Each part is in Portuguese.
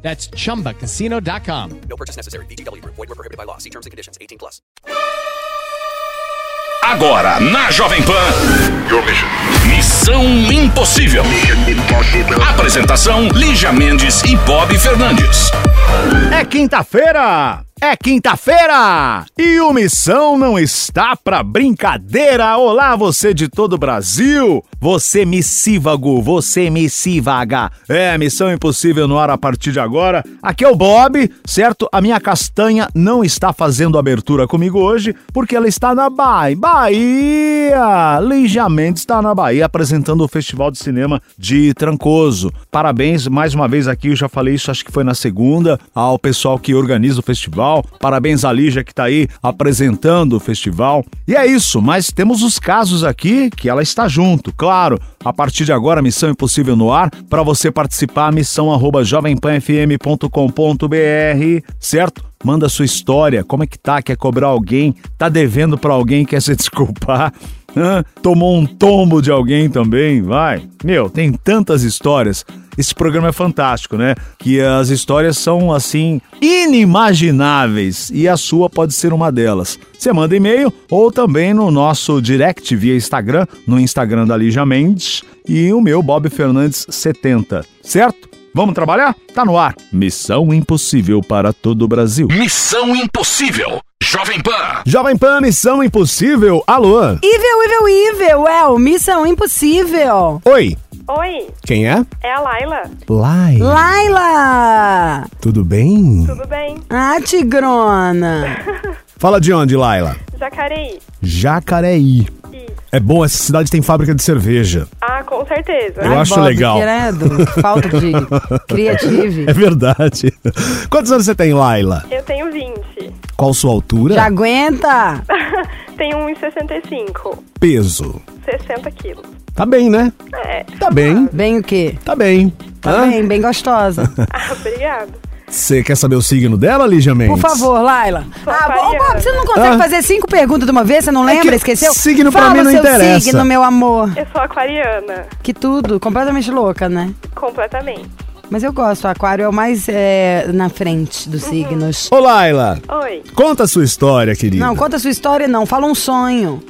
That's chumbacasino.com. No purchase necessary. VGW Group. Void were prohibited by law. See terms and conditions. 18 plus. Agora na Jovem Pan. Missão Impossível. Apresentação: Lígia Mendes e Bob Fernandes. É quinta-feira! É quinta-feira! E o Missão não está pra brincadeira! Olá, você de todo o Brasil! Você missívago, você missivaga! É, Missão Impossível no ar a partir de agora. Aqui é o Bob, certo? A minha castanha não está fazendo abertura comigo hoje, porque ela está na Bahia. Bahia! Lígia Mendes está na Bahia apresentando o Festival de Cinema de Trancoso. Parabéns mais uma vez aqui, eu já falei isso, acho que foi na segunda, ao pessoal que organiza o festival. Parabéns à Lígia que está aí apresentando o festival. E é isso, mas temos os casos aqui que ela está junto, claro. A partir de agora, Missão Impossível no ar. Para você participar, missão arroba jovempanfm.com.br, certo? Manda sua história, como é que tá, quer cobrar alguém, tá devendo para alguém, quer se desculpar, Hã? tomou um tombo de alguém também, vai. Meu, tem tantas histórias. Esse programa é fantástico, né? Que as histórias são assim inimagináveis e a sua pode ser uma delas. Você manda e-mail ou também no nosso direct via Instagram, no Instagram da Lígia Mendes e o meu Bob Fernandes 70, certo? Vamos trabalhar? Tá no ar. Missão impossível para todo o Brasil. Missão Impossível. Jovem Pan. Jovem Pan, missão impossível. Alô? Evil, Evil, Evil, é o Missão Impossível. Oi, Oi, quem é? é a Laila. Lai. Laila! Tudo bem? Tudo bem? Ah, tigrona! Fala de onde, Laila? Jacareí. Jacareí. Isso. É bom, essa cidade tem fábrica de cerveja. Ah, com certeza. Eu Ai, acho Bob, legal. Credo, falta de criative. É verdade. Quantos anos você tem, Laila? Eu tenho 20. Qual sua altura? Já aguenta? Tenho 1,65. Peso. 60 quilos. Tá bem, né? É. Tá bem, Bem o quê? tá bem. Tá bem, bem gostosa. Ah, obrigado. Você quer saber o signo dela, Lígia Mendes? Por favor, Laila. Ah, bom, Mariana. Bob, você não consegue Ah. fazer cinco perguntas de uma vez? Você não lembra? É que Esqueceu? signo pra Fala mim não seu interessa. signo, meu amor. Eu sou aquariana. Que tudo, completamente louca, né? Completamente. Mas eu gosto, o aquário é o mais é, na frente dos signos. Ô, Laila, Oi. conta a sua história, querida. Não, conta a sua história não, fala um sonho.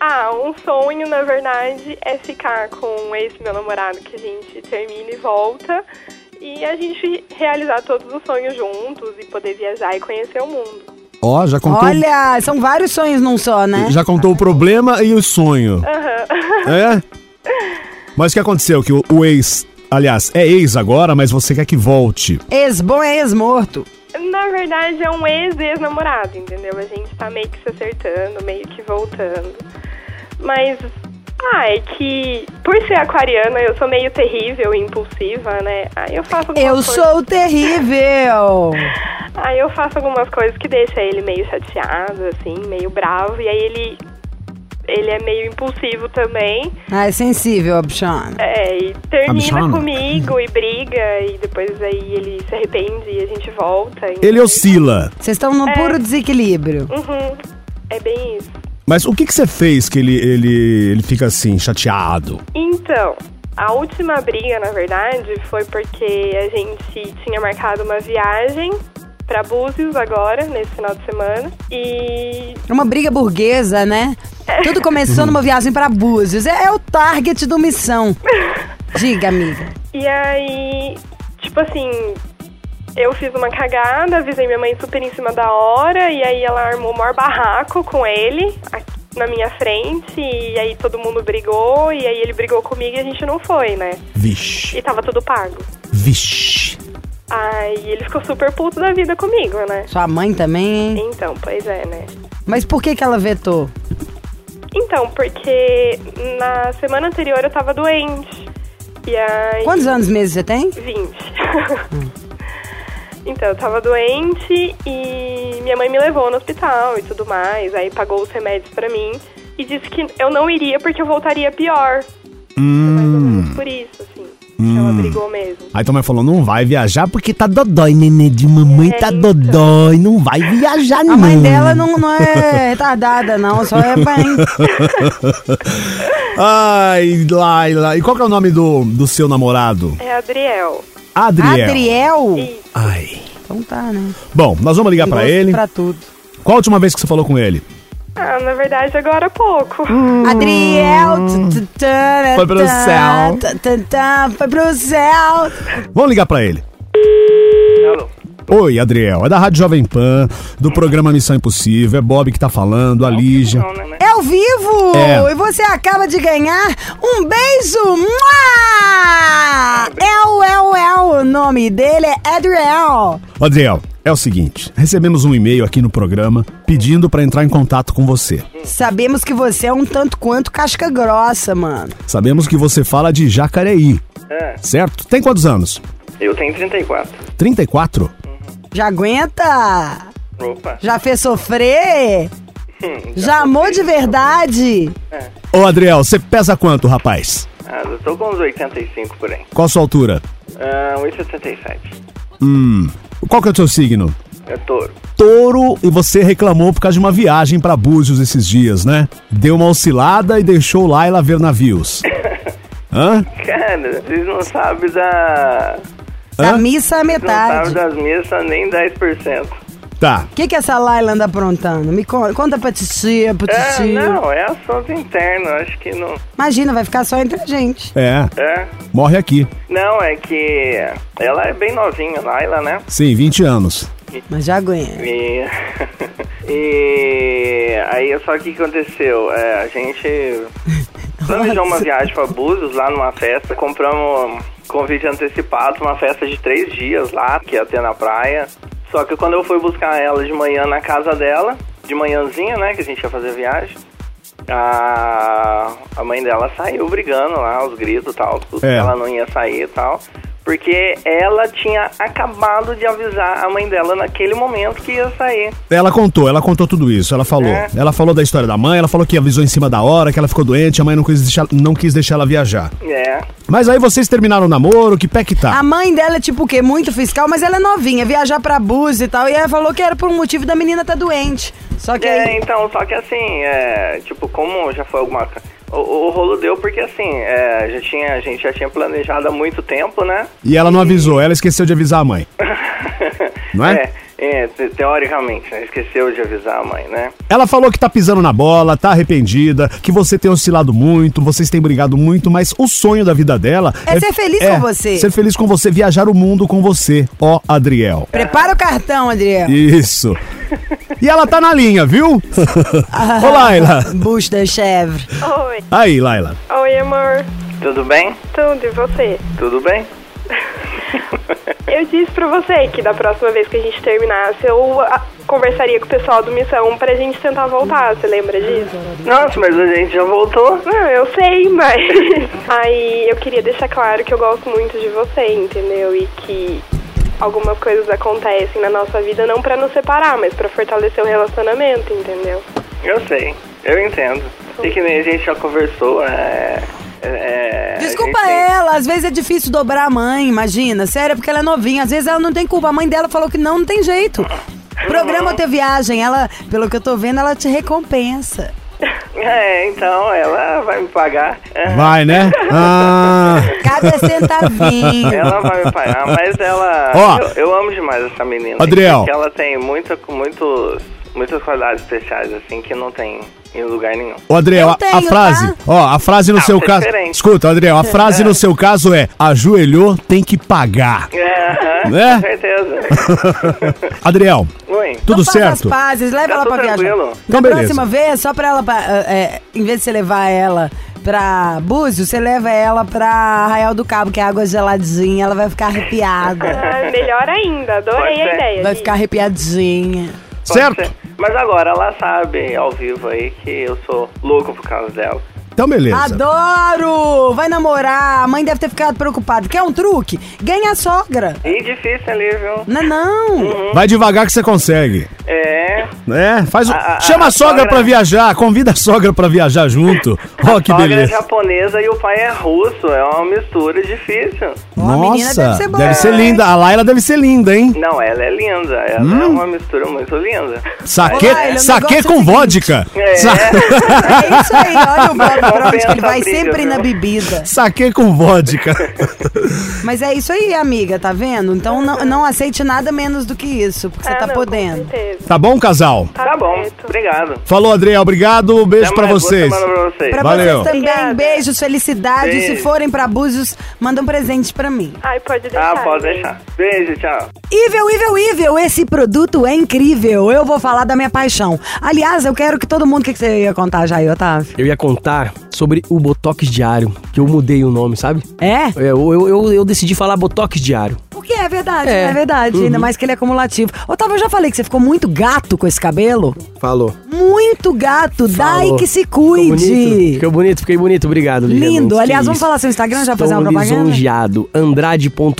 Ah, um sonho, na verdade, é ficar com um ex meu namorado que a gente termina e volta. E a gente realizar todos os sonhos juntos e poder viajar e conhecer o mundo. Ó, já contou. Olha, são vários sonhos num só, né? Já contou o problema e o sonho. É? É? Mas o que aconteceu? Que o, o ex. Aliás, é ex agora, mas você quer que volte. Ex-bom é ex-morto. Na verdade, é um ex-ex-namorado, entendeu? A gente tá meio que se acertando, meio que voltando. Mas, ah, é que por ser aquariana, eu sou meio terrível e impulsiva, né? Aí eu faço algumas Eu coisas, sou terrível. Aí eu faço algumas coisas que deixam ele meio chateado, assim, meio bravo. E aí ele, ele é meio impulsivo também. Ah, é sensível, a bichona. É, e termina Abissona. comigo e briga. E depois aí ele se arrepende e a gente volta. Ele entendeu? oscila. Vocês estão no puro desequilíbrio. Uhum, é bem isso. Mas o que, que você fez que ele, ele, ele fica assim, chateado? Então, a última briga, na verdade, foi porque a gente tinha marcado uma viagem pra Búzios agora, nesse final de semana. E É Uma briga burguesa, né? Tudo começou numa viagem pra Búzios. É, é o target do missão. Diga, amiga. E aí, tipo assim, eu fiz uma cagada, avisei minha mãe super em cima da hora, e aí ela armou o maior barraco com ele aqui na minha frente, e aí todo mundo brigou, e aí ele brigou comigo e a gente não foi, né? Vixe. E tava tudo pago. Vixe. Aí ele ficou super puto da vida comigo, né? Sua mãe também, hein? Então, pois é, né? Mas por que que ela vetou? Então, porque na semana anterior eu tava doente. E aí. Quantos anos meses você tem? 20. Então, eu tava doente e minha mãe me levou no hospital e tudo mais. Aí pagou os remédios pra mim e disse que eu não iria porque eu voltaria pior. Foi mais ou menos por isso, assim. que Ela brigou mesmo. Aí tua mãe falou, não vai viajar porque tá dodói, nenê de mamãe É tá isso. dodói, não vai viajar não. então. A mãe dela não, não é retardada, não. Só é bem. Ai, lá, lá. E qual que é o nome do, do seu namorado? É Adriel. Adriel. Adriel? Isso. Ai. Então tá, né? Bom, nós vamos ligar Tem pra gosto ele. Pra tudo. Qual a última vez que você falou com ele? Ah, na verdade, agora há pouco. Adriel. tu, tu, tu, Hum. Foi pro tu, céu. tu, tu, tu, Foi pro céu. Vamos ligar pra ele. Oi, Adriel. É da Rádio Jovem Pan, do programa Missão Impossível. É Bob que tá falando, a Lígia. Uhum. Não, né, né? É ao vivo! É. E você acaba de ganhar um beijo! Mua! El, el, el! O nome dele é Adriel. Adriel, é o seguinte: recebemos um e-mail aqui no programa pedindo pra entrar em contato com você. Sabemos que você é um tanto quanto casca grossa, mano. Sabemos que você fala de Jacareí, certo? Tem quantos anos? Eu tenho 34. 34? Já aguenta? Opa. Já fez sofrer? Já amou de verdade? Ô, Adriel, você pesa quanto, rapaz? Ah, eu tô com uns 85 por aí. Qual a sua altura? Ah, 1,77. Qual que é o seu signo? É touro. Touro, e você reclamou por causa de uma viagem pra Búzios esses dias, né? Deu uma oscilada e deixou Laila ver navios. Hã? Cara, vocês não sabem da... Da Hã? missa à Não sabem metade. das missas nem 10%. Tá. O que, que essa Laila anda aprontando? Me conta, conta pra titia, pra É, titia. não, é assunto interno, acho que não... Imagina, vai ficar só entre a gente. É, É... morre aqui. Não, é que ela é bem novinha, Laila, né? Sim, 20 anos. Mas já aguenta. E, e aí só que aconteceu, é, a gente planejou uma viagem para Búzios lá numa festa, compramos um convite antecipado, pra uma festa de três dias lá, que ia ter na praia. Só que quando eu fui buscar ela de manhã na casa dela, de manhãzinha, né, que a gente ia fazer a viagem, a, a mãe dela saiu brigando lá, os gritos e tal, tudo, É. ela não ia sair e tal. Porque ela tinha acabado de avisar a mãe dela naquele momento que ia sair. Ela contou, ela contou tudo isso, ela falou. É. Ela falou da história da mãe, ela falou que avisou em cima da hora, que ela ficou doente, a mãe não quis deixar, não quis deixar ela viajar. É. Mas aí vocês terminaram o namoro, que pé que tá? A mãe dela é tipo o quê? Muito fiscal, mas ela é novinha, viajar pra Búzios e tal. E ela falou que era por um motivo da menina tá doente. Só que É, aí. então, só que assim, é, tipo, como já foi alguma. O, o rolo deu porque assim, é, já tinha, a gente já tinha planejado há muito tempo, né? E ela não avisou, ela esqueceu de avisar a mãe. Não é? É, é, te- teoricamente, né? Esqueceu de avisar a mãe, né? Ela falou que tá pisando na bola, tá arrependida, que você tem oscilado muito, vocês têm brigado muito, mas o sonho da vida dela É ser feliz com você. Ser feliz com você, viajar o mundo com você, ó Adriel. Prepara o cartão, Adriel. Isso. E ela tá na linha, viu? Ô Laila. Bush da Chevre. Oi. Aí, Laila. Oi, amor. Tudo bem? Tudo, e você? Tudo bem? Eu disse pra você que da próxima vez que a gente terminasse, eu ah, conversaria com o pessoal do Missão pra gente tentar voltar, você lembra disso? Nossa, mas a gente já voltou. Não, eu sei, mas. Aí eu queria deixar claro que eu gosto muito de você, entendeu? E que algumas coisas acontecem na nossa vida não pra nos separar, mas pra fortalecer o relacionamento, entendeu? Eu sei, eu entendo. E que nem a gente já conversou, é. é, a Desculpa gente tem- ela, às vezes é difícil dobrar a mãe, imagina. Sério, porque ela é novinha, às vezes ela não tem culpa. A mãe dela falou que não, não tem jeito. Programa outra viagem, ela, pelo que eu tô vendo, ela te recompensa. É, então, ela vai me pagar. É. Vai, né? Ah. Cada centavinho. É. Ela vai me pagar, mas ela. Ó. eu, eu amo demais essa menina. assim, Adriel. Porque ela tem muita, muitos, muitas qualidades especiais, assim, que não tem em lugar nenhum. Ô, Adriel, Eu a, tenho, a frase, tá? ó, a frase no Ah, seu foi caso. diferente. Escuta, Adriel, a frase no seu caso é: ajoelhou, tem que pagar. É, aham, Né? com certeza. Adriel, Oi. tudo Então faz certo? as pazes, leva Tá ela tudo pra viajar. tranquilo. Na Então, beleza. próxima vez, só pra ela. pra- eh, eh, em vez de você levar ela pra Búzio, você leva ela pra Arraial do Cabo, que é água geladinha, ela vai ficar arrepiada. Ah, melhor ainda, adorei Pode a ser. ideia. vai Gi. ficar arrepiadinha. Pode Certo? ser. Mas agora ela sabe ao vivo aí que eu sou louco por causa dela. Então, beleza. Adoro! Vai namorar, a mãe deve ter ficado preocupada. Quer um truque? Ganha a sogra. E difícil ali, viu? Não, é Uhum. não. Vai devagar que você consegue. É. É, faz o... A- a- Chama a a sogra, sogra- pra viajar, convida a sogra pra viajar junto. Ó, que sogra é beleza. japonesa e o pai é russo. É uma mistura difícil. Ó, a menina Nossa, deve ser boa, hein? linda. A Laila deve ser linda, hein? Não, ela é linda. Ela Hum? é uma mistura muito linda. Saque, Ô, Laila, o saque negócio é o com seguinte. vodka. É. Sa- É isso aí, olha o Bob Mas Bronte, compensa que ele a vai briga, sempre assim, viu? na bebida. Saque com vodka. Mas é isso aí, amiga, tá vendo? Então não, não aceite nada menos do que isso, porque você Ah, tá não, Com podendo. certeza. Tá bom, casal? Tá bom. certo. Obrigado. Falou, Adriel. Obrigado. Beijo Até pra mais. Boa vocês. semana Pra vocês. Pra Valeu. vocês também, Obrigada. beijos, felicidade. Se Beijo. forem pra abusos, mandam um presente pra mim. Ai, pode deixar. Ah, pode gente. deixar. Beijo, tchau. Evil, Evil, Evil, esse produto é incrível. Eu vou falar da minha paixão. Aliás, eu quero que todo mundo. O que, que você ia contar, Jair Otávio? Eu ia contar sobre o Botox Diário, que eu mudei o nome, sabe? É? É, Eu, eu, eu, eu decidi falar Botox Diário. Porque é verdade, é, É. verdade. Ainda mais que ele é acumulativo. Otávio, eu já falei que você ficou muito gato com esse cabelo. Falou. Muito gato. Dai Falou. que se Ficou bonito, cuide. ficou bonito, fiquei bonito, obrigado. Lívia Lindo. Mendes, que Aliás, vamos isso. falar seu Instagram, já fazer Estou uma propaganda? lisonjeado,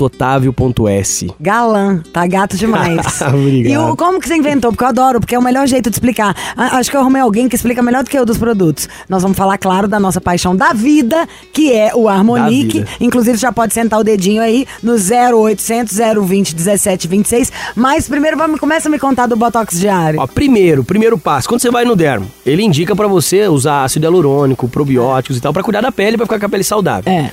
andrade.otávio.s. Galã, tá gato demais. Obrigado. E o, como que você inventou? Porque eu adoro, porque é o melhor jeito de explicar. A- acho que eu arrumei alguém que explica melhor do que eu dos produtos. Nós vamos falar, claro, da nossa paixão da vida, que é o Da Harmonique. vida. Inclusive, já pode sentar o dedinho aí no 0800 020 1726. Mas primeiro, vamos, começa a me contar do Botox diário. Ó, primeiro, primeiro passo, quando você vai no dermo, ele indica pra você usar ácido hialurônico, probióticos e tal, pra cuidar da pele, pra ficar com a pele saudável. É.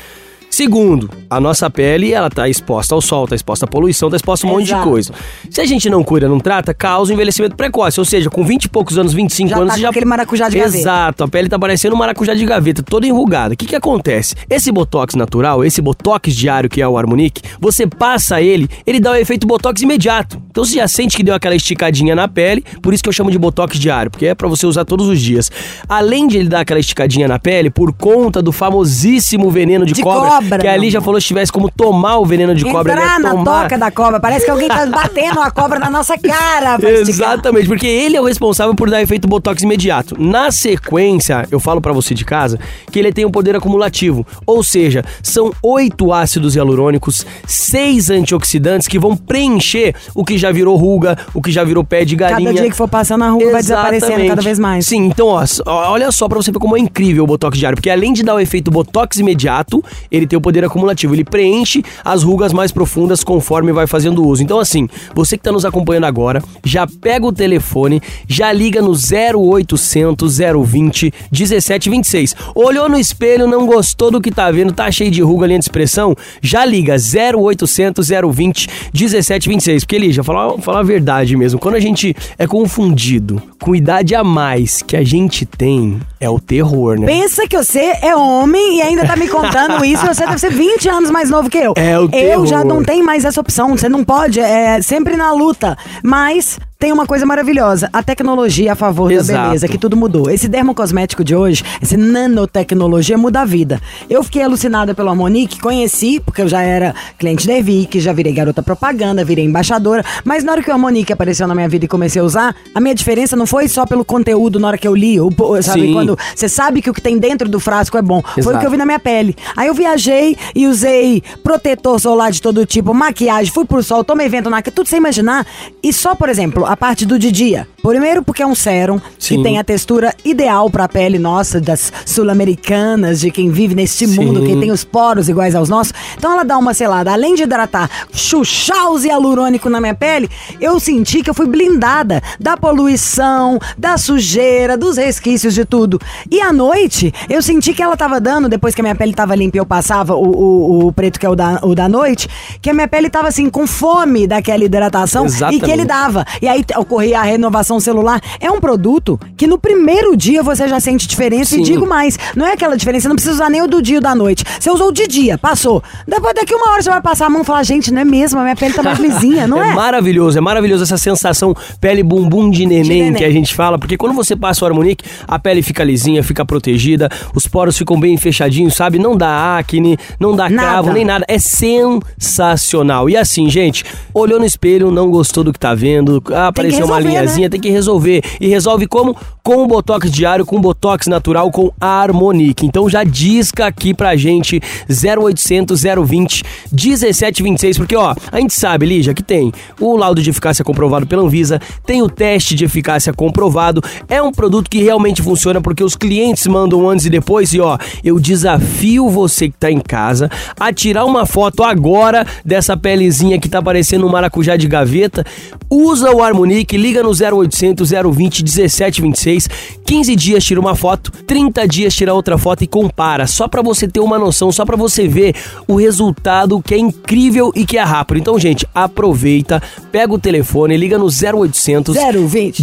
Segundo, a nossa pele, ela tá exposta ao sol, tá exposta à poluição, tá exposta a um monte de Exato. coisa. Se a gente não cuida, não trata, causa um envelhecimento precoce, ou seja, com 20 e poucos anos, 25 Já anos, tá você com aquele maracujá de gaveta. Exato. Exato, a pele tá parecendo um maracujá de gaveta, toda enrugada. O que que acontece? Esse botox natural, esse botox diário que é o Harmonic, você passa ele, ele dá o efeito botox imediato. Então você já sente que deu aquela esticadinha na pele, por isso que eu chamo de botox diário, porque é pra você usar todos os dias. Além de ele dar aquela esticadinha na pele, por conta do famosíssimo veneno de, De cobra, cobra, que meu ali já amor. falou se tivesse como tomar o veneno de cobra, ele Entrar ia na tomar. toca da cobra, parece que alguém tá batendo a cobra na nossa cara. pra esticar. Exatamente, porque ele é o responsável por dar efeito botox imediato. Na sequência, eu falo pra você de casa que ele tem um poder acumulativo, ou seja, são oito ácidos hialurônicos, seis antioxidantes que vão preencher o que já virou ruga, o que já virou pé de galinha. Cada dia que for passando a rua vai desaparecendo Exatamente. cada vez mais. Sim, então, ó, s- ó, olha só pra você ver como é incrível o Botox diário. Porque além de dar o efeito Botox imediato, ele tem o poder acumulativo. Ele preenche as rugas mais profundas conforme vai fazendo uso. Então, assim, você que tá nos acompanhando agora, já pega o telefone, já liga no 0800 020 1726. Olhou no espelho, não gostou do que tá vendo, tá cheio de ruga, linha de expressão? Já liga 0800 020 1726. Porque, Lígia, falar, falar a verdade mesmo, quando a gente é confundido com idade a mais que a gente tem, é o terror, né? Pensa que você é homem e ainda tá me contando isso. Você deve ser 20 anos mais novo que eu. É o Eu terror. já não tenho mais essa opção. Você não pode, é sempre na luta. Mas tem uma coisa maravilhosa: a tecnologia a favor da Exato. beleza, que tudo mudou. Esse dermocosmético de hoje, essa nanotecnologia muda a vida. Eu fiquei alucinada pelo Harmonique, conheci, porque eu já era cliente da Evic, já virei garota propaganda, virei embaixadora. Mas na hora que o Harmonique apareceu na minha vida e comecei a usar, a minha diferença não foi só pelo conteúdo na hora que eu li, o po- sabe? Sim. Quando você sabe que o que tem dentro do frasco é bom. Foi o Exato. que eu vi na minha pele. Aí eu viajei e usei protetor solar de todo tipo, maquiagem, fui pro sol, tomei vento na cara, tudo sem imaginar. E só, por exemplo, a parte do de dia. Primeiro porque é um sérum que Sim. tem a textura ideal pra pele nossa, das sul-americanas, de quem vive neste Sim. mundo, que tem os poros iguais aos nossos. Então ela dá uma selada. Além de hidratar, chuchar os hialurônico na minha pele, eu senti que eu fui blindada da poluição, da sujeira, dos resquícios de tudo. E à noite, eu senti que ela tava dando, depois que a minha pele tava limpa e eu passava o, o- o preto, que é o da, o da noite, que a minha pele tava assim, com fome daquela hidratação e que ele Exatamente. dá dava. E aí t- ocorria a renovação celular. É um produto que no primeiro dia você já sente diferença. E Sim. digo mais, não é aquela diferença, não precisa usar nem o do dia ou da noite. Você usou o de dia, passou. Depois daqui uma hora você vai passar a mão e falar, gente, não é mesmo? A minha pele tá mais lisinha, não é? maravilhoso, é maravilhoso essa sensação pele bumbum de neném, neném. que a gente fala, porque quando você passa o Harmonic, a pele fica lisinha, fica protegida, os poros ficam bem fechadinhos, sabe? Não dá acne, não dá Nada. cravo, nem nada. É sensacional. E assim, gente, olhou no espelho, não gostou do que tá vendo, ah, apareceu uma resolver, linhazinha, tem que que resolver. E resolve como? Com o Botox diário, com Botox natural, com Harmonic. Então já disca aqui pra gente 0800 020 1726, porque ó, a gente sabe, Lígia, que tem o laudo de eficácia comprovado pela Anvisa, tem o teste de eficácia comprovado, é um produto que realmente funciona porque os clientes mandam antes e depois e ó, eu desafio você que tá em casa a tirar uma foto agora dessa pelezinha que tá parecendo um maracujá de gaveta, usa o Harmonic, liga no 0800 020 1726, 15 dias tira uma foto, 30 dias tira outra foto e compara, só pra você ter uma noção, só pra você ver o resultado que é incrível e que é rápido. Então, gente, aproveita, pega o telefone, liga no 0800 020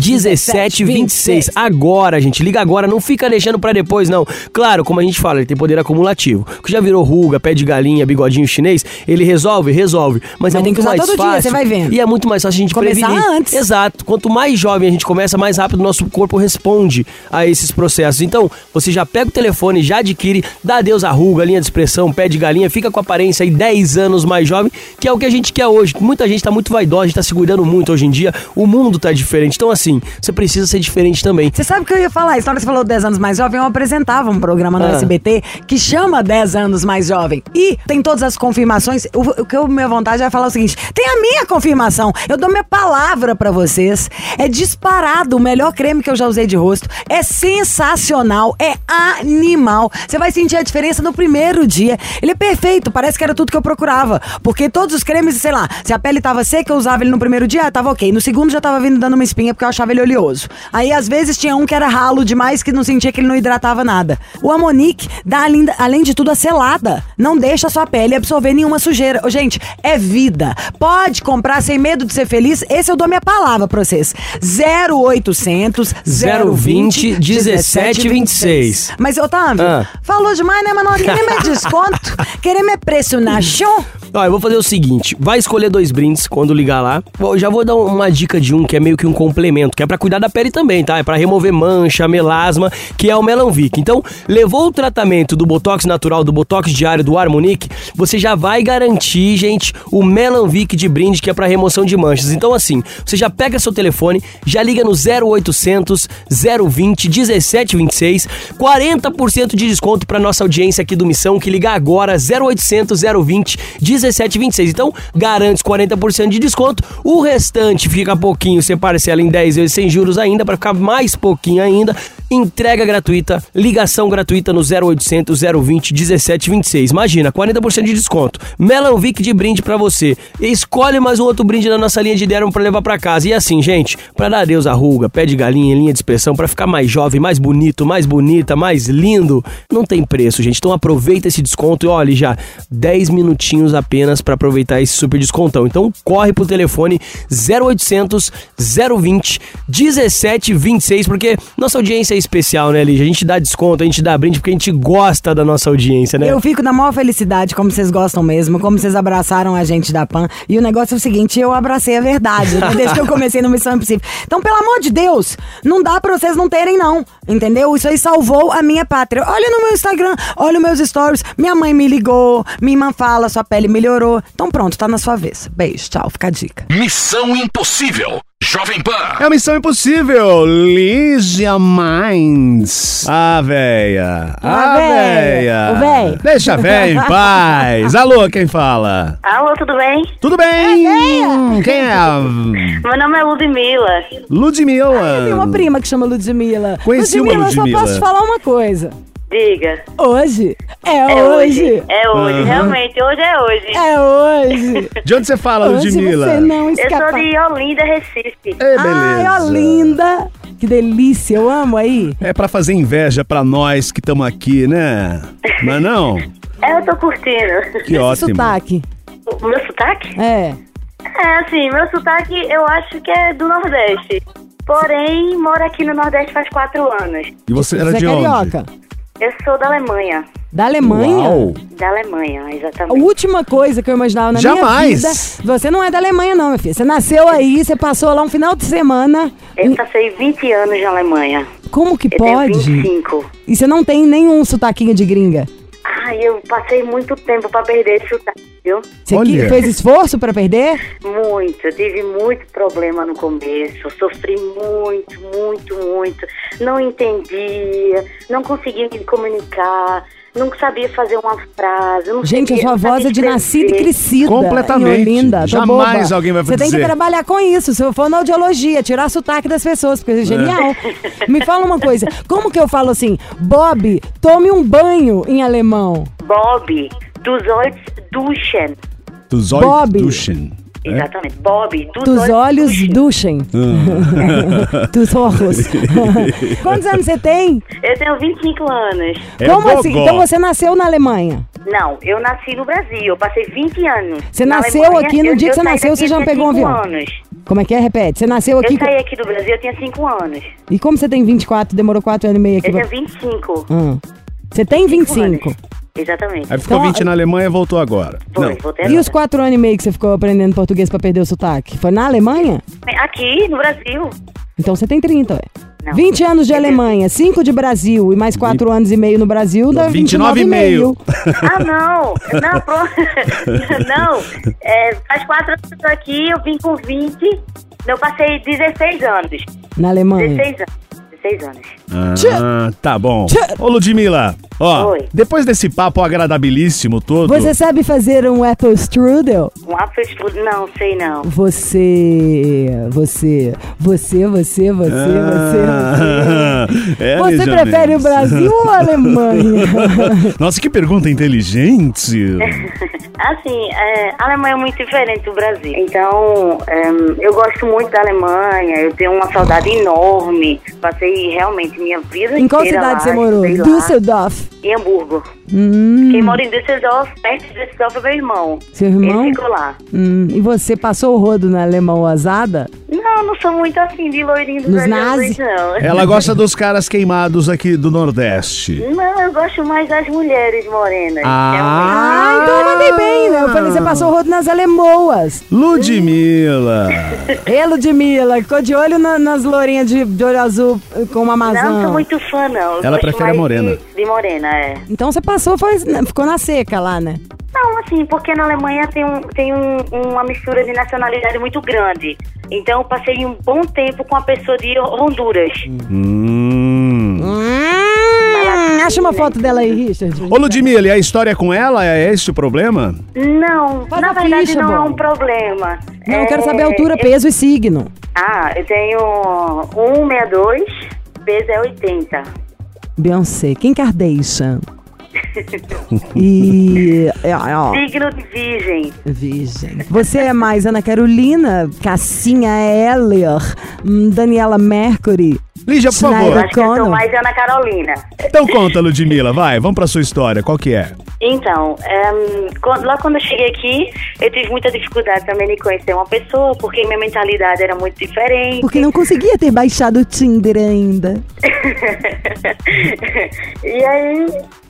1726. Agora, gente, liga agora, não fica deixando pra depois, não. Claro, como a gente fala, ele tem poder acumulativo. Que já virou ruga, pé de galinha, bigodinho chinês, ele resolve, resolve. Mas, é tem que muito usar mais todo dia, fácil. você vai vendo. E é muito mais fácil a gente Começar prevenir. antes. Exato. Quanto mais jovem a gente começa, mais rápido o nosso corpo responde a esses processos. Então, você já pega o telefone, já adquire, dá adeus à ruga, linha de expressão, pé de galinha, fica com a aparência aí 10 anos mais jovem, que é o que a gente quer hoje. Muita gente tá muito vaidosa, a gente tá se cuidando muito hoje em dia, o mundo tá diferente. Então, assim, você precisa ser diferente também. Você sabe o que eu ia falar? Isso, Na hora que você falou 10 anos mais jovem, eu apresentava um programa no Ah. SBT que chama 10 anos mais jovem. E tem todas as confirmações. O, o que eu, minha vontade é falar o seguinte: tem a minha confirmação. Eu dou minha palavra pra vocês. É disparado o melhor creme que eu já usei de rosto. É sensacional. É animal. Você vai sentir a diferença no primeiro dia. Ele é perfeito. Parece que era tudo que eu procurava. Porque todos os cremes, sei lá, se a pele tava seca, eu usava ele no primeiro dia, ah, tava ok. No segundo já tava vindo dando uma espinha porque eu achava ele oleoso. Aí às vezes tinha um que era ralo demais que não sentia que ele não hidratava nada. O Amonique dá além, além de tudo a selada. Não deixa a sua pele absorver nenhuma sujeira. Ô, gente, é vida. Pode comprar sem medo de ser feliz. Esse eu dou minha palavra pra vocês. 0800 020 1726. Mas, Otávio, Ah. falou demais, né, Manoel? Queremos desconto, queremos preço na show. Ó, eu vou fazer o seguinte: vai escolher dois brindes quando ligar lá. Bom, eu já vou dar uma dica de um que é meio que um complemento, que é pra cuidar da pele também, tá? É pra remover mancha, melasma, que é o Melanvic. Então, levou o tratamento do Botox natural, do Botox diário, do Harmonic, você já vai garantir, gente, o Melanvic de brinde, que é pra remoção de manchas. Então, assim, você já pega seu telefone, já liga no 0800 020 1726, 40% de desconto pra nossa audiência aqui do Missão, que liga agora 0800 020 1726. Então, garante os 40% de desconto, o restante fica pouquinho, você parcela em 10 vezes sem juros ainda, pra ficar mais pouquinho ainda. Entrega gratuita, ligação gratuita no 0800 020 1726. Imagina, 40% de desconto. Melanvic de brinde pra você. Escolhe mais um outro brinde na nossa linha de Deram pra levar pra casa. E assim, gente, pra dar adeus à ruga, pé de galinha, linha de expressão, pra ficar mais jovem, mais bonito, mais bonita, mais lindo, não tem preço, gente. Então aproveita esse desconto e olha já, 10 minutinhos apenas pra aproveitar esse super descontão. Então corre pro telefone 0800 020 1726, porque nossa audiência é especial, né, Lígia? A gente dá desconto, a gente dá brinde, porque a gente gosta da nossa audiência, É. né? Eu fico na maior felicidade, como vocês gostam mesmo, como vocês abraçaram a gente da PAN. E o negócio é o seguinte, eu abracei a verdade, né, desde que eu comecei no Missão Impossível. Então, pelo amor de Deus, não dá pra vocês não terem, não. Entendeu? Isso aí salvou a minha pátria. Olha no meu Instagram, olha os meus stories. Minha mãe me ligou, minha irmã fala, sua pele melhorou. Então pronto, tá na sua vez. Beijo, tchau, fica a dica. Missão impossível. Jovem Pan. É a missão impossível, Lígia Minds. Ah, véia. Ah, Ah, véia. véia. Ô, véi. Deixa a véia em paz. Alô, quem fala? Alô, tudo bem? Tudo bem? quem é? a Meu nome é Ludmilla. Ludmilla. Eu tenho uma prima que chama Ludmilla. Ah. Conheci uma Ludmilla, só Ludmilla. posso te falar uma coisa. Diga. Hoje é, É hoje. hoje. É hoje, Aham. realmente, hoje é hoje. É hoje. De onde você fala, hoje Ludmilla? você não Eu escapa. sou de Olinda, Recife. É, Ai, beleza. ó, linda! Que delícia, eu amo aí. É pra fazer inveja pra nós que estamos aqui, né? Mas não? É, eu tô curtindo. Que ótimo. Sotaque. O meu sotaque? É. É, assim, meu sotaque eu acho que é do Nordeste. Porém, moro aqui no Nordeste faz quatro anos. E você era Você é de onde? carioca. Eu sou da Alemanha. Da Alemanha? Uau. Da Alemanha, A exatamente. última coisa que eu imaginava na minha Jamais. vida. Você não é da Alemanha, não, minha filha. Você nasceu aí, você passou lá um final de semana. Eu passei 20 anos na Alemanha. Como que Eu tenho pode? 25. E você não tem nenhum sotaquinho de gringa. Ah, Ai, eu passei muito tempo pra perder esse sotaque, viu? Você Olha. que fez esforço pra perder? Muito, eu tive muito problema no começo, sofri muito, muito, muito. Não entendia, não conseguia me comunicar, não sabia fazer uma frase. Não Gente, a sabia- sua não voz é sabia de nascida e escrever. crescida. Completamente. Em Olinda. Tô Jamais boba. alguém vai Você tem que dizer. trabalhar com isso. Se eu for na audiologia, tirar sotaque das pessoas, porque é genial. Me fala uma coisa. Como que eu falo assim? Bob, tome um banho em alemão. Bob, dos olhos duschen. Do Zoid Bob. Duschen. É? Exatamente, Bob, dos, Dos olhos duschen. duchem. Ah. Dos olhos. Quantos anos você tem? Eu tenho 25 anos. É Como gogó. assim? Então você nasceu na Alemanha. Não, eu nasci no Brasil, eu passei 20 anos. Você Na nasceu Alemanha, aqui, no eu- dia que eu você saí nasceu, daqui você já eu tinha pegou um cinco avião. anos. Como é que é? Repete. Você nasceu aqui. Eu saí aqui do Brasil, eu tinha 5 anos. E como você tem 24, demorou 4 anos e meio aqui? Eu pra- tinha 25. Hum. Você tem 25. anos. Exatamente. Aí ficou Então, 20 na Alemanha e voltou agora. Foi, Não. voltei E agora. os quatro anos e meio que você ficou aprendendo português pra perder o sotaque? Foi na Alemanha? Aqui, no Brasil. Então você tem 30, ué. Não. 20 anos de Alemanha, 5 de Brasil e mais 4 anos e meio no Brasil, dá 29 e meio. Ah, não. Não, pronto. Não. É, faz 4 anos que eu tô aqui, eu vim com 20. Eu passei 16 anos. Na Alemanha. 16 anos. 16 anos. Ah, tá bom. Tchê. Ô, Ludmilla, ó, Oi. depois desse papo agradabilíssimo todo, Você sabe fazer um apple strudel? Um afro estudo, não, sei não. Você, você, você, você, você, Ah, você, você. é, você Lígia prefere o Mendes. Brasil ou a Alemanha? Nossa, que pergunta inteligente. Assim, é, a Alemanha é muito diferente do Brasil. Então, ehm, eu gosto muito da Alemanha, eu tenho uma saudade enorme. Passei realmente minha vida em qual inteira cidade você lá, morou? estudei lá, Düsseldorf. Em Hamburgo. Hum, Quem mora em Düsseldorf, perto de Düsseldorf é meu irmão. Seu irmão? Ele ficou lá. hum. E você passou o rodo na alemão azada? Não, não sou muito assim de loirinho do Nos Brasil, nazi? não. Ela gosta dos caras queimados aqui do Nordeste. Não, eu gosto mais das mulheres morenas. É Ah, Ah, então eu mandei bem, né? Eu falei, você passou o rodo nas alemoas. Ludmilla. Ê, Ludmilla, ficou de olho na- nas lourinhas de, de olho azul eh, com uma Realmente, Não, não amazã. sou muito fã, não. Eu Ela gosto prefere a mais morena. De, de morena, é. Então você passou, foi- ficou na seca lá, né? Não, assim, porque na Alemanha tem, um, tem um- uma mistura de nacionalidade muito grande. Então eu passei um bom tempo com a pessoa de Honduras. Hum. Hum, acha uma foto dela aí, Richard. Ô, Ludmilla, e a história com ela é esse o problema? Não, Faz na a verdade ficha, não é bom. um problema. Não, eu quero É, saber a altura, eu- peso e signo. Ah, eu tenho 162, peso é 80. Beyoncé, Kim Kardashian. e. é, ó, Signo de virgem. Virgem. Você é mais Ana Carolina, Cassinha Heller, hum, Daniela Mercury. Lígia, por Schneider. Eu favor. acho que eu sou Bacana. mais Ana Carolina. Então conta, Ludmilla, vai, vamos pra sua história, qual que é? Então, ehm, quando- logo quando eu cheguei aqui, eu tive muita dificuldade também de conhecer uma pessoa, porque minha mentalidade era muito diferente. Porque não conseguia ter baixado o Tinder ainda. e aí,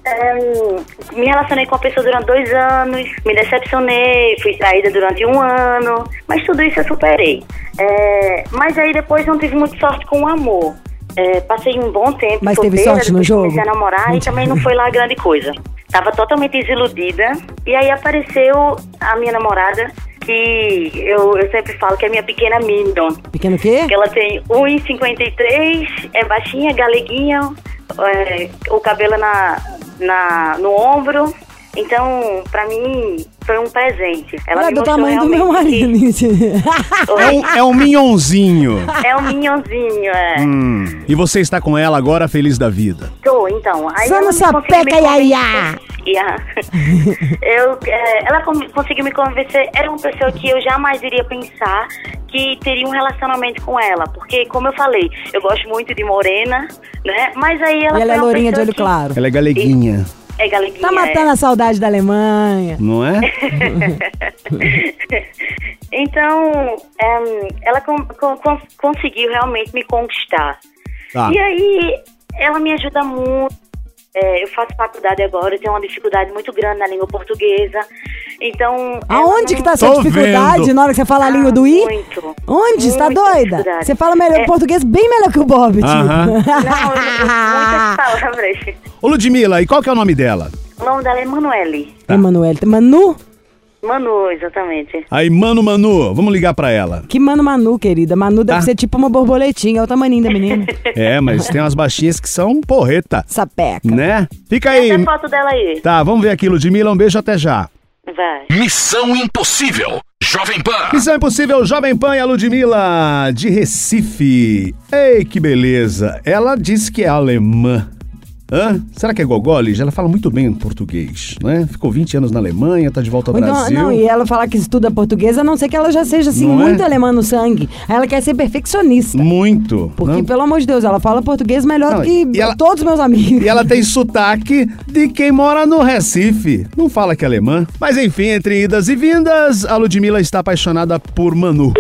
ehm, me relacionei com a pessoa durante dois anos, me decepcionei, fui traída durante um ano, mas tudo isso eu superei. É, mas aí depois não tive muito sorte com o amor. É, passei um bom tempo Mas teve solteira, sorte no depois jogo? comecei a namorar e Mentira. também não foi lá grande coisa. Tava totalmente desiludida. E aí apareceu a minha namorada, que eu, eu sempre falo que é minha pequena Mindon. Pequeno o quê? Que Ela tem 1,53, é baixinha, galeguinha, é, o cabelo na, na, no ombro. Então, pra mim, foi um presente. Ela Ela é me do mostrou tamanho do meu realmente que- marido. É um, é um minhonzinho. É um minhãozinho, é. Hum. E você está com ela agora, feliz da vida. Tô, então. Aí Só ela no me conseguiu me sapeca, convencer. iaiá. Iaiá. eu, é, ela com- conseguiu me convencer. Era uma pessoa que eu jamais iria pensar que teria um relacionamento com ela. Porque, como eu falei, eu gosto muito de morena, né? Mas aí ela E ela é foi uma lourinha de pessoa olho que- claro. Ela é galeguinha, É galeguinha. Tá matando a saudade da Alemanha. não é? é. Então, em, ela con- con- con- conseguiu realmente me conquistar. Tá. E aí, ela me ajuda muito. É, eu faço faculdade agora, eu tenho uma dificuldade muito grande na língua portuguesa. Então. ela Aonde não- Tá que tá a sua Tô dificuldade vendo. na hora que você fala a língua do I? Muito. Onde? Você tá Muita doida? dificuldade. Você fala melhor É. português bem melhor que o Bob, tio. Aham. Não, eu, eu, muitas palavras. Ô, Ludmilla, e qual que é o nome dela? O nome dela é Manuele. tá. Emanuele. Manu? Manu, exatamente. Aí, mano, Manu, vamos ligar pra ela. Que mano Manu, querida. Manu deve Ah. ser tipo uma borboletinha, é o tamaninho da menina. É, mas tem umas baixinhas que são porreta. Sapeca. Né? Fica aí. Tem é foto dela aí. Tá, vamos ver aqui, Ludmilla. Um beijo até já. Vai. Missão Impossível, Jovem Pan. Missão Impossível, Jovem Pan e a Ludmilla, de Recife. Ei, que beleza. Ela diz que é alemã. Hã? Será que é gogó, Lígia? Ela fala muito bem português, né? Ficou 20 anos na Alemanha, tá de volta ao Ou então- Brasil. não, e ela falar que estuda português, a não ser que ela já seja assim, Não é? muito alemã no sangue. Aí Ela quer ser perfeccionista. Muito. Porque, né? pelo amor de Deus, ela fala português melhor Não, do que e ela- todos os meus amigos. E ela tem sotaque de quem mora no Recife. Não fala que é alemã. Mas enfim, entre idas e vindas, a Ludmilla está apaixonada por Manu.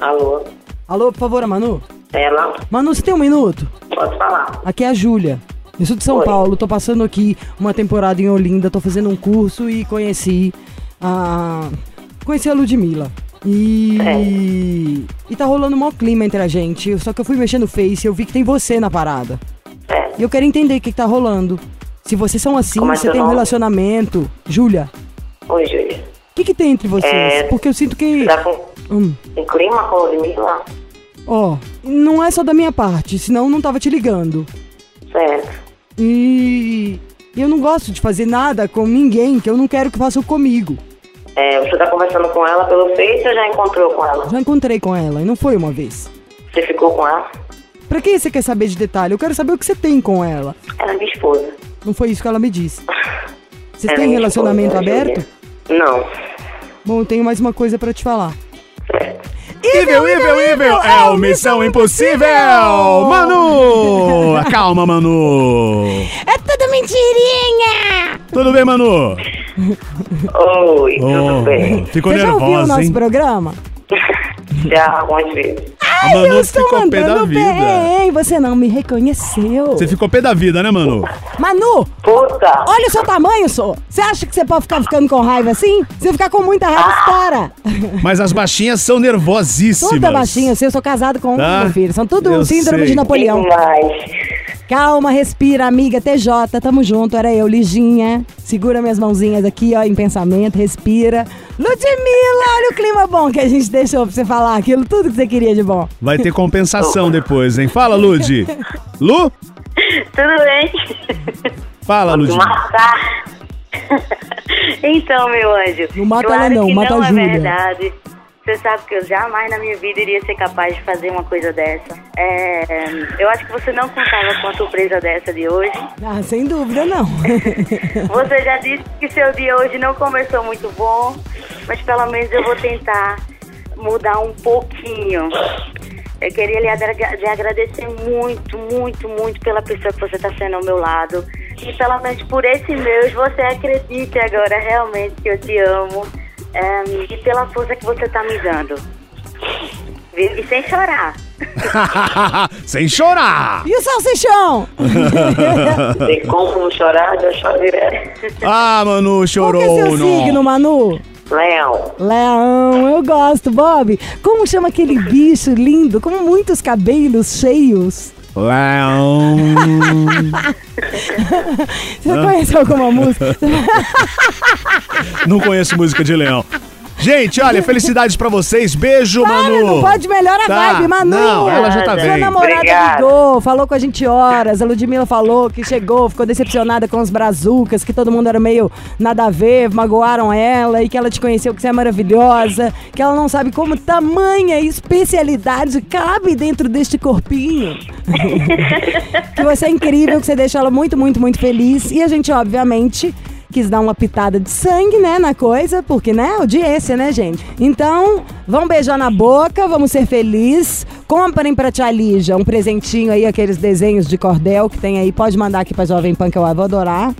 Alô, Alô, por favor, Manu. ela? Manu, você tem um minuto? Pode falar. Aqui é a Júlia. Eu sou de São Oi. Paulo, tô passando aqui uma temporada em Olinda, tô fazendo um curso e conheci a. Conheci a Ludmilla. E. E tá rolando um maior clima entre a gente. Só que eu fui mexendo no Face e eu vi que tem você na parada. E eu quero entender o que, que tá rolando. Se vocês são assim, Como é você seu tem um nome? relacionamento. Júlia, Oi, Júlia. o que, que tem entre vocês? É. Porque eu sinto que. Tá com Hum. em clima com o Ludmilla? Ó, não é só da minha parte, senão eu não tava te ligando. Certo. E eu não gosto de fazer nada com ninguém que eu não quero que façam comigo. É, você tá conversando com ela pelo Face ou já encontrou com ela? Já encontrei com ela e não foi uma vez. Você ficou com ela? Pra que você quer saber de detalhe? Eu quero saber o que você tem com ela. Ela é minha esposa. Não foi isso que ela me disse. Vocês Ela é têm minha relacionamento esposa, Júlia. aberto? Não. Bom, eu tenho mais uma coisa pra te falar. Evil, evil, evil, é o Missão Impossível! Manu! Calma, Manu! É tudo mentirinha! Tudo bem, Manu? Oi, tudo Oh, bem? ficou você já ouviu o nervosa, nosso hein? programa? Já algumas vezes. A Manu ficou pé da mandando vida. bem, você não me reconheceu. Você ficou pé da vida, né, Manu? Manu, Puta! Olha o seu tamanho, só. Você acha que você pode ficar ficando com raiva assim? Se eu ficar com muita raiva, Ah! para. Mas as baixinhas são nervosíssimas. Toda baixinha, eu sei, eu sou casado com um, Tá. meu filho. São tudo Eu síndrome sei. de Napoleão. Demais. Calma, respira, amiga. TJ, tamo junto. Era eu, Liginha. Segura minhas mãozinhas aqui, ó, em pensamento. Respira. Ludmilla, olha o clima bom que a gente deixou pra você falar aquilo, tudo que você queria de bom. Vai ter compensação depois, hein? Fala, Lud. Lu? Tudo bem? Fala, Lud. Matar. então, meu anjo. Não mata claro ela não, que mata não a é Júlia. verdade. Você sabe que eu jamais na minha vida iria ser capaz de fazer uma coisa dessa. É, eu acho que você não contava com a surpresa dessa de hoje. Ah, sem dúvida, não. Você já disse que seu dia hoje não começou muito bom, mas pelo menos eu vou tentar mudar um pouquinho. Eu queria lhe, agra- lhe agradecer muito, muito, muito pela pessoa que você está sendo ao meu lado. E pelo menos por esse meus, você acredite agora realmente que eu te amo. É, e pela força que você está me dando. E e sem chorar. Sem chorar. E o salsichão? Tem como chorar, eu choro direto. Ah, Manu, Qual que é chorou. não. seu signo, Manu? Leão. Leão, eu gosto, Bob. Como chama aquele bicho lindo, com muitos cabelos cheios? Leão. Você conhece alguma música? Não conheço música de leão. Gente, olha, felicidades pra vocês. Beijo, Para, Manu. não pode melhorar a Tá. vibe, Manu. Não, ela já tá Obrigada. Sua bem. namorada Obrigado. ligou, falou com a gente horas. A Ludmilla falou que chegou, ficou decepcionada com os brazucas, que todo mundo era meio nada a ver, magoaram ela e que ela te conheceu, que você é maravilhosa, que ela não sabe como tamanha especialidade cabe dentro deste corpinho. que você é incrível, que você deixa ela muito, muito, muito feliz. E a gente, obviamente. Quis dar uma pitada de sangue, né, na coisa, porque, né, audiência, né, gente? Então, vamos beijar na boca, vamos ser felizes. Comprem pra Tia Lígia um presentinho aí, aqueles desenhos de cordel que tem aí. Pode mandar aqui pra Jovem Pan, que eu vou adorar.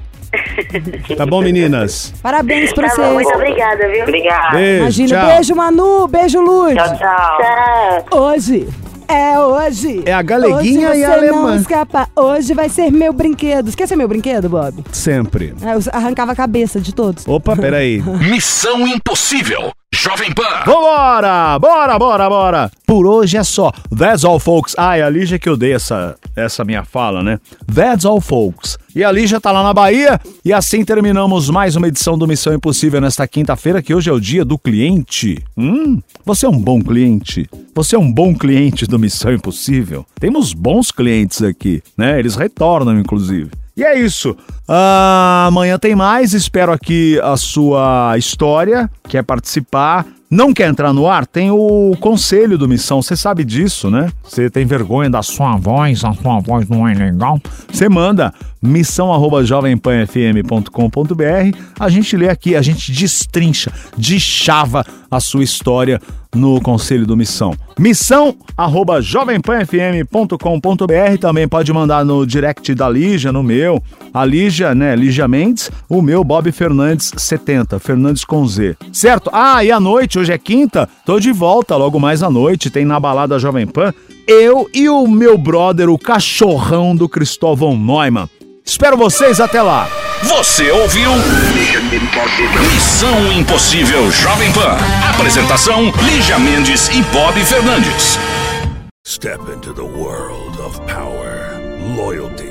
Tá bom, meninas? Parabéns pra Tá bom, vocês. muito obrigada, viu? Obrigada. Beijo, Imagina, tchau. beijo, Manu, beijo, Lud. tchau. Tchau. Hoje. É hoje. É a galeguinha hoje e a você Não alemã. escapa. Hoje vai ser meu brinquedo. Esquece meu brinquedo, Bob? Sempre. É, Ah, Eu arrancava a cabeça de todos. Opa, peraí. Missão Impossível, Jovem Pan. Vambora! Bora, bora, bora! Por hoje é só. That's all, folks. Ah, é a Lígia que eu dei essa, essa minha fala, né? That's all, folks. E a Lígia tá lá na Bahia. E assim terminamos mais uma edição do Missão Impossível nesta quinta-feira, que hoje é o dia do cliente. Hum, você é um bom cliente. Você é um bom cliente do Missão Impossível. Temos bons clientes aqui, né? Eles retornam, inclusive. E é isso. Ah, amanhã tem mais. Espero aqui a sua história. Quer participar? Não quer entrar no ar? Tem o conselho do Missão. Você sabe disso, né? Você tem vergonha da sua voz, a sua voz não é legal. Você manda missão@jovempanfm.com.br. A gente lê aqui, a gente destrincha, deschava a sua história no conselho do Missão. Missão arroba jovempanfm.com.br também pode mandar no direct da Lígia, no meu, a Lígia, né, Lígia Mendes, o meu Bob Fernandes 70, Fernandes com Z. Certo? Ah, e à noite, hoje é quinta, tô de volta logo mais à noite, tem na balada Jovem Pan, eu e o meu brother, o cachorrão do Cristóvão Neumann. Espero vocês até lá. Você ouviu? Missão Impossível Jovem Pan. Apresentação: Lígia Mendes e Bob Fernandes. Step into the world of power, loyalty,